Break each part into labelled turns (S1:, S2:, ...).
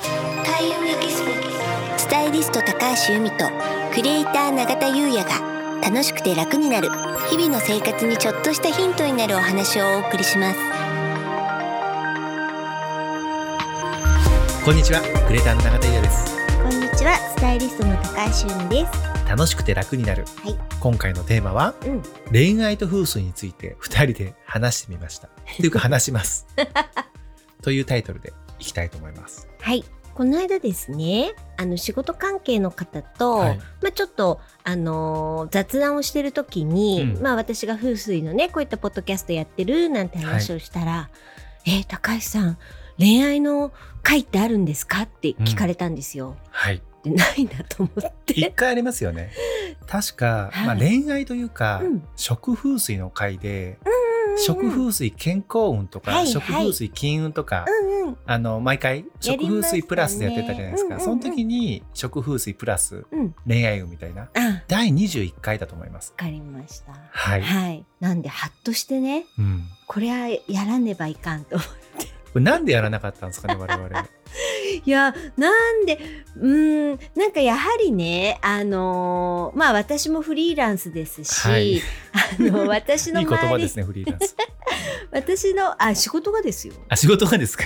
S1: 田優也ギススタイリスト高橋由美とクリエイター永田優也が楽しくて楽になる日々の生活にちょっとしたヒントになるお話をお送りします
S2: こんにちは、クレーターの永田優也です。
S1: こんにちはスタイリストの高橋由美です
S2: 楽しくて楽になる。
S1: はい
S2: 今回のテーマは、
S1: うん
S2: 恋愛と風水について2人で話してみま した。というか話します。というタイトルでいきたいと思います。
S1: はいこの間ですねあの仕事関係の方と、
S2: はい
S1: まあ、ちょっと、あのー雑談をしてる時に、
S2: うん
S1: まあ、私が風水のねこういったポッドキャストやってるなんて話をしたら「えー高橋さん恋愛の会ってあるんですか?」って聞かれたんですよ。
S2: はい。
S1: でないなと思っ
S2: 一
S1: て。
S2: 回ありますよね。確か、
S1: はい
S2: まあ恋愛というか、
S1: うん
S2: 食風水の回で、食
S1: うん
S2: 風水健康運とか、
S1: はいはい
S2: 食風水金運とか、
S1: うんうん
S2: あの、毎回、
S1: やり
S2: 食
S1: ましたね
S2: 風水プラスでやってたじゃないですか。
S1: うんうん
S2: そ
S1: うん
S2: の時に、食風水プラス
S1: うん
S2: 恋愛運みたいな。
S1: あわ
S2: 第21回だと思います。
S1: かりました。は
S2: はい
S1: い、。なんでハッとしてね
S2: うん。
S1: これはやらねばいかんと。
S2: これなんでやらなかったんですかね、我々。
S1: いやなんでうーんなんかやはりねあのーまあ私もフリーランスですし、
S2: はい
S1: あ の私の
S2: いい言葉
S1: 周り
S2: ですね、フリーランス。
S1: 私のあ仕事がですよ
S2: あ、仕事がですか。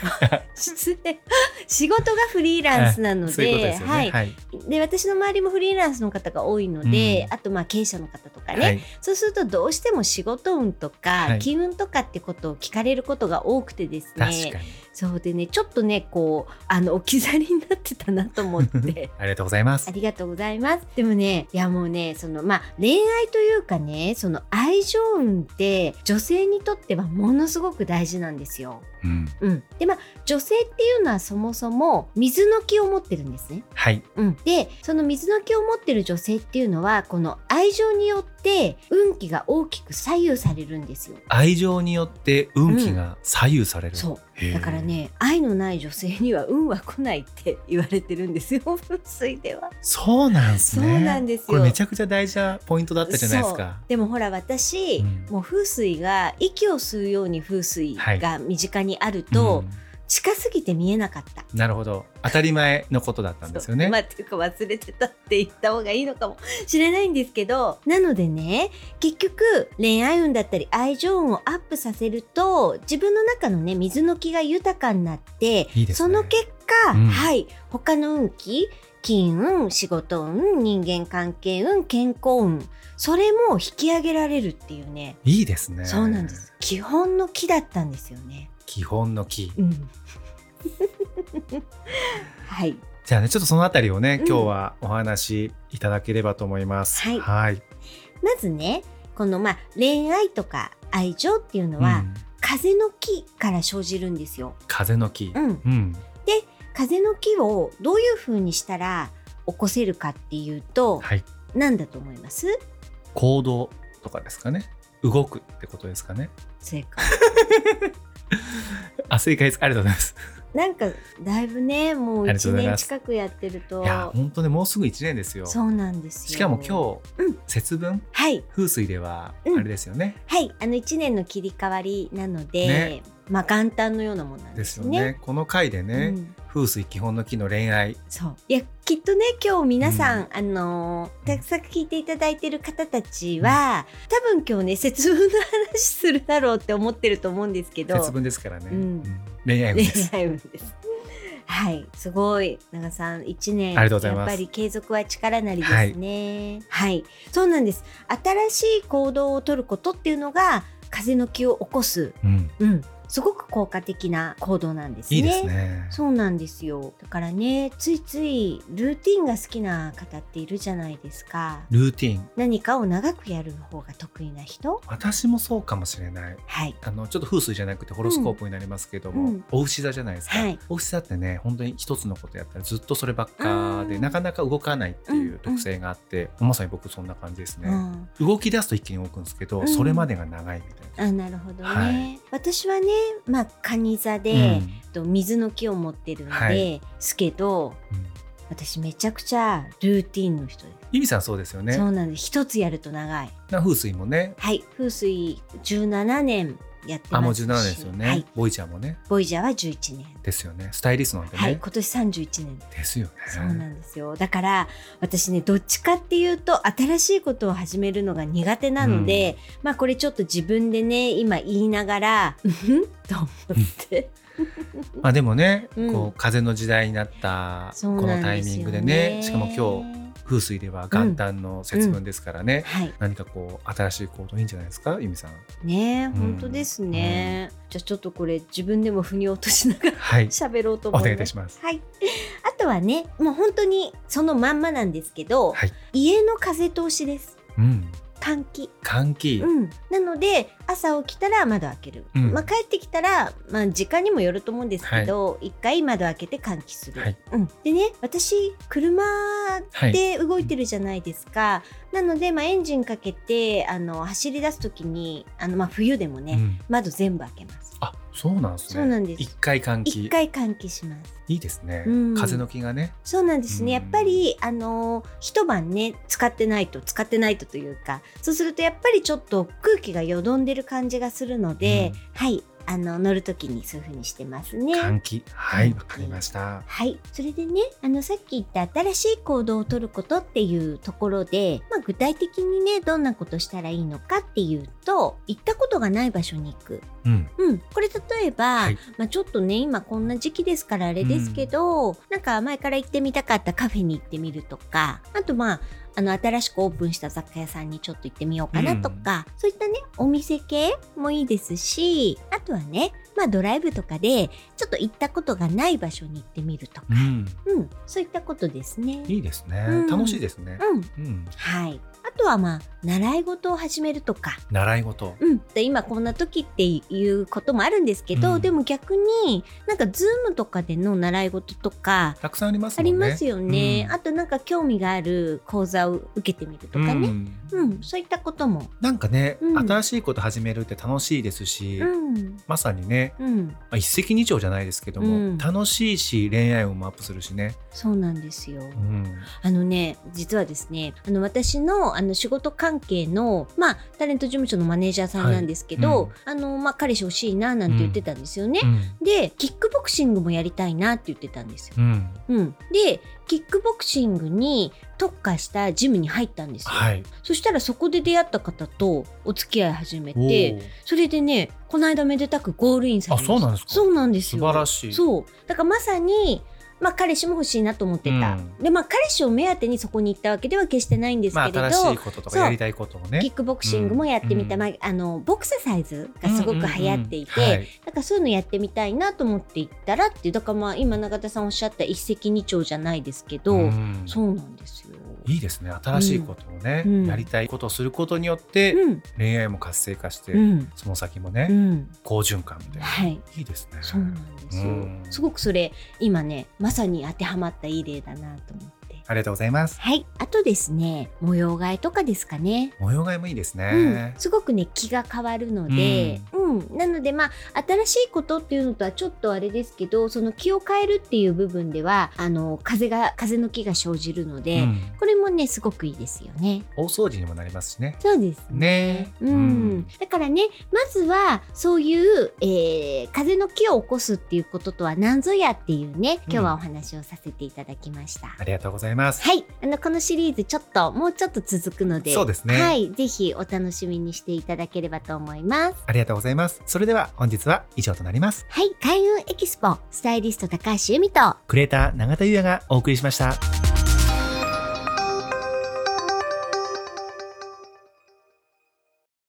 S1: 失礼 仕事がフリーランスなの
S2: そういうことで
S1: です
S2: よ
S1: は
S2: ね。
S1: い
S2: はい。
S1: で私の周りもフリーランスの方が多いので、
S2: うん
S1: あとまあ経営者の方とかね、
S2: はい。
S1: そうするとどうしても仕事運と
S2: は
S1: か
S2: い
S1: 金運とかってことを聞かれることが多くてですね、
S2: 確かに。
S1: そうでねちょっとねこうあの置き去りになってたなと思 って。
S2: ありがとうございま
S1: あ
S2: す。
S1: りがとうございます。でもね、いやもうね、そのまあ恋愛というかね、その愛情運って女性にとってはものすごく大事なんですよ。
S2: うん。
S1: うん。でまあ女性っていうのはそもそも水の気を持ってるんですね。
S2: はい。
S1: うん。で、その水の気を持ってる女性っていうのはこの愛情によって運気が大きく左右されるんですよ。
S2: 愛情によって運気が左右される。
S1: そう。
S2: へー
S1: だから。ね、愛のない女性には運は来ないって言われてるんですよ。風水では。
S2: そうなんですね。
S1: そうなんですよ
S2: これめちゃくちゃ大事なポイントだったじゃないですか。
S1: でもほら私、
S2: うん
S1: もう風水が息を吸うように風水が身近にあると、
S2: うん
S1: 近すぎて見えなかった。
S2: なるほど。当たり前のことだったんですよ
S1: そう
S2: ね
S1: ま。あ、っていうか忘れてたって言った方がいいのかもしれないんですけどなのでね結局恋愛運だったり愛情運をアップさせると自分の中のね水の気が豊かになって
S2: いいで
S1: そ
S2: すね
S1: の結果、
S2: うん
S1: はい他の運気金運仕事運人間関係運健康運それも引き上げられるっていうね
S2: いいですね。
S1: そうなんで。す基本の木だったんですよね。
S2: 基本の木。
S1: うん、 はい
S2: じゃあね、ちょっとそのあたりをね、
S1: うん
S2: 今日はお話しいただければと思います。
S1: はい
S2: はい。
S1: まずねこのまあ恋愛とか愛情っていうの
S2: う
S1: は、
S2: ん
S1: 風の木から生じるんですよ。
S2: 風の木。
S1: うん、
S2: うん。
S1: 風の木をどういう風にしたら起こせるかっていうと
S2: はい。
S1: 何だと思います
S2: 行動とかですかね。動くってことですかね。
S1: 正解
S2: あ、正解です。ありがとうございます。
S1: なんかだいぶねもう
S2: ありがとう
S1: 1
S2: ござい
S1: 年
S2: ます
S1: 近くやってると
S2: いや、本当ね、もうすぐ1年ですよ。
S1: そうなんですよ。
S2: しかも今日、
S1: うん
S2: 節分
S1: はい
S2: 風水では、
S1: うん
S2: あれですよね。
S1: はいあの1年の切り替わりなので、
S2: ね
S1: まあ元旦のようなもんなんで
S2: です
S1: す
S2: よ
S1: ね。
S2: ね。この回でね、
S1: うん
S2: 風水基本の木の恋愛。
S1: そういやきっとね今日皆さん、あのーたくさん聞いていただいてる方たちは、多分今日ね節分の話するだろうって思ってると思うんですけど
S2: 節分ですからね。
S1: うん
S2: うん恋愛運です。
S1: 恋愛運ですはいすごい長さん1年
S2: ありがとうござ
S1: や
S2: いま
S1: っ
S2: す
S1: ぱり継続は力なりですねはい、そうなんです新しい行動を取ることっていうのが風の気を起こす、
S2: うん。
S1: うん、すごく効果的な行動なんですね
S2: いいですね。
S1: そうなんですよだからねついついルーティンが好きな方っているじゃないですか
S2: ルーティン。
S1: 何かを長くやる方が得意な人
S2: 私もそうかもしれない。
S1: はい
S2: あのちょっと風水じゃなくてホロスコープになりますけども、
S1: うん
S2: お牛座じゃないですか、
S1: はい
S2: お牛座ってね本当に一つのことやったらずっとそればっか
S1: う
S2: で
S1: ん
S2: なかなか動かないっていう特性があって、まさに僕そんな感じです
S1: う
S2: ね、
S1: ん
S2: 動き出すと一気に動くんですけど、
S1: うん
S2: それまでが長いみたいな。
S1: あなるほどね、
S2: はい
S1: 私はねまあカニ座で、
S2: うん
S1: と水の木を持ってるんで、
S2: はい
S1: すけど
S2: うん
S1: 私めちゃくちゃルーティンの人で
S2: ゆみさんそうですよ
S1: す、
S2: ね
S1: そうなんです一つやると長い
S2: な風水もね
S1: はい風水17年やってますし
S2: あもう17年ですよね、
S1: はい、
S2: ボイジャーもね
S1: ボイジャーは11年、
S2: ですよねスタイリストなんてね、
S1: はい今年31年
S2: ですよね
S1: そうなんですよだから私ねどっちかっていうと新しいことを始めるのが苦手なので、まあこれちょっと自分でね今言いながらうんふんと思 って
S2: まあでもね、
S1: うん
S2: こう風の時代になったこ
S1: そう
S2: の
S1: なんですよね
S2: タイミングでねしかも今日風水では元旦の節分ですからね、
S1: はい
S2: 何かこう新しい行動いいんじゃないですかゆみさん
S1: ね
S2: ん
S1: 本当ですね、じゃあちょっとこれ自分でも腑に落としながら
S2: はい
S1: 喋ろうと
S2: お
S1: 思います
S2: 願いいたします
S1: はい、あとはねもう本当にそのまんまなんですけど、
S2: はい
S1: 家の風通しです
S2: うん
S1: 換気
S2: 換気、
S1: うん、なので朝起きたら窓開ける、
S2: うん
S1: まあ、帰ってきたら、まあ、時間にもよると思うんですけど、一回窓開けて換気する、
S2: はい
S1: うん、でね私車
S2: はい
S1: で動いてるじゃないですか、なので、まあ、エンジンかけてあの走り出す時にあの、まあ、冬でもね、
S2: うん
S1: 窓全部開けます
S2: あそうなんですね
S1: そうなんです
S2: 一回換
S1: 一
S2: 気
S1: 回換気します
S2: いいですね、
S1: うん
S2: 風の気がね
S1: そうなんですね、
S2: うん
S1: やっぱりあの一晩ね使ってないと使ってないとというかそうするとやっぱりちょっと空気がよどんでる感じがするので、
S2: うん
S1: はいあの乗る時にそういう風にしてますね。
S2: 換気はい
S1: 換気
S2: わかりました
S1: はい、それでねあのさっき言った新しい行動をとることっていうところで、まあ、具体的にねどんなことしたらいいのかっていうと行ったことがない場所に行く
S2: うん
S1: うん、これ例えば、
S2: はい
S1: まあ、ちょっとね今こんな時期ですからあれですけど、なんか前から行ってみたかったカフェに行ってみるとかあとまああの新しくオープンした雑貨屋さんにちょっと行ってみようかなとか、そういったねお店系もいいですしあとはね、まあ、ドライブとかでちょっと行ったことがない場所に行ってみるとか、
S2: うん
S1: うん、そういったことですね。
S2: いいですね、
S1: うん
S2: 楽しいですね
S1: うん
S2: うん
S1: はい、あとはまあ習い事を始めるとか
S2: 習い事
S1: うん、で今こんな時っていうこともあるんですけど、
S2: うん
S1: でも逆になんかズームとかでの習い事とか
S2: たくさんあります
S1: あ
S2: もんね
S1: りますよね
S2: うん
S1: あとなんか興味がある講座を受けてみるとか
S2: う
S1: ね、
S2: ん
S1: うんそういったことも、
S2: なんかね、
S1: うん
S2: 新しいこと始めるって楽しいですし、
S1: うん
S2: まさにね、
S1: うん、
S2: まあ一石二鳥じゃないですけども、
S1: うん
S2: 楽しいし恋愛運もアップするしね、
S1: そうなんですよ。
S2: うん、
S1: あのね実はですねあの私のあの仕事関係の、まあ、タレント事務所のマネージャーさんなんですけど、あのまあ、彼氏欲しいななんて言ってたんですよね。
S2: うん
S1: でキックボクシングもやりたいなって言ってたんですよ。
S2: うん
S1: うん、でキックボクシングに特化したジムに入ったんですよ、
S2: はい
S1: そしたらそこで出会った方とお付き合い始め
S2: お
S1: て
S2: ー
S1: それでねこの間めでたくゴールインされました
S2: あそうなんですか
S1: そうなんですよ
S2: 素晴らしい
S1: そうだからまさにまあ彼氏も欲しいなと思ってた、
S2: うん
S1: でまあ彼氏を目当てにそこに行ったわけでは決してないんですけ
S2: まあ
S1: れど、
S2: 新しいこととか
S1: そう
S2: やりたいことを
S1: キ
S2: ね
S1: ックボクシングもやってみた、
S2: うん
S1: まあ、あのボクササイズがすごく流行っていて、
S2: うんうんうんはい
S1: なんかそういうのやってみたいなと思って行ったらっていうだからまあ今永田さんおっしゃった一石二鳥じゃないですけど、
S2: うん
S1: そうなんですよ。
S2: いいですね新しいことをね、
S1: うん
S2: やりたいことをすることによって、
S1: うん、
S2: 恋愛も活性化して、
S1: うん、
S2: その先も
S1: う
S2: ね、
S1: ん、
S2: 好循環みたいな、
S1: はい、
S2: いいですね
S1: そうなんですよ。
S2: うん
S1: すごくそれ今ねまさに当てはまったいい例だなと思って。
S2: ありがとうございます
S1: はい、あとですね模様替えとかですかね。
S2: 模様替えもいいですね、
S1: うん、すごくね気が変わるので、うんなのでまあ新しいことっていうのとはちょっとあれですけどその気を変えるっていう部分ではあの風が風の気が生じるので、
S2: うん
S1: これもねすごくいいですよね。
S2: 大掃除にもなりますしね
S1: そうです
S2: ね
S1: うんだからねまずはそういう、えー風の気を起こすっていうこととは何ぞやっていうね今日はお話をさせていただきました。
S2: ありがとうございます
S1: はい、あのこのシリーズちょっともうちょっと続くので、
S2: そうですね
S1: はい、ぜひお楽しみにしていただければと思います。
S2: ありがとうございますそれでは本日は以上となります
S1: はい、開運エキスポスタイリスト高橋由美と
S2: クレーター永田優也がお送りしました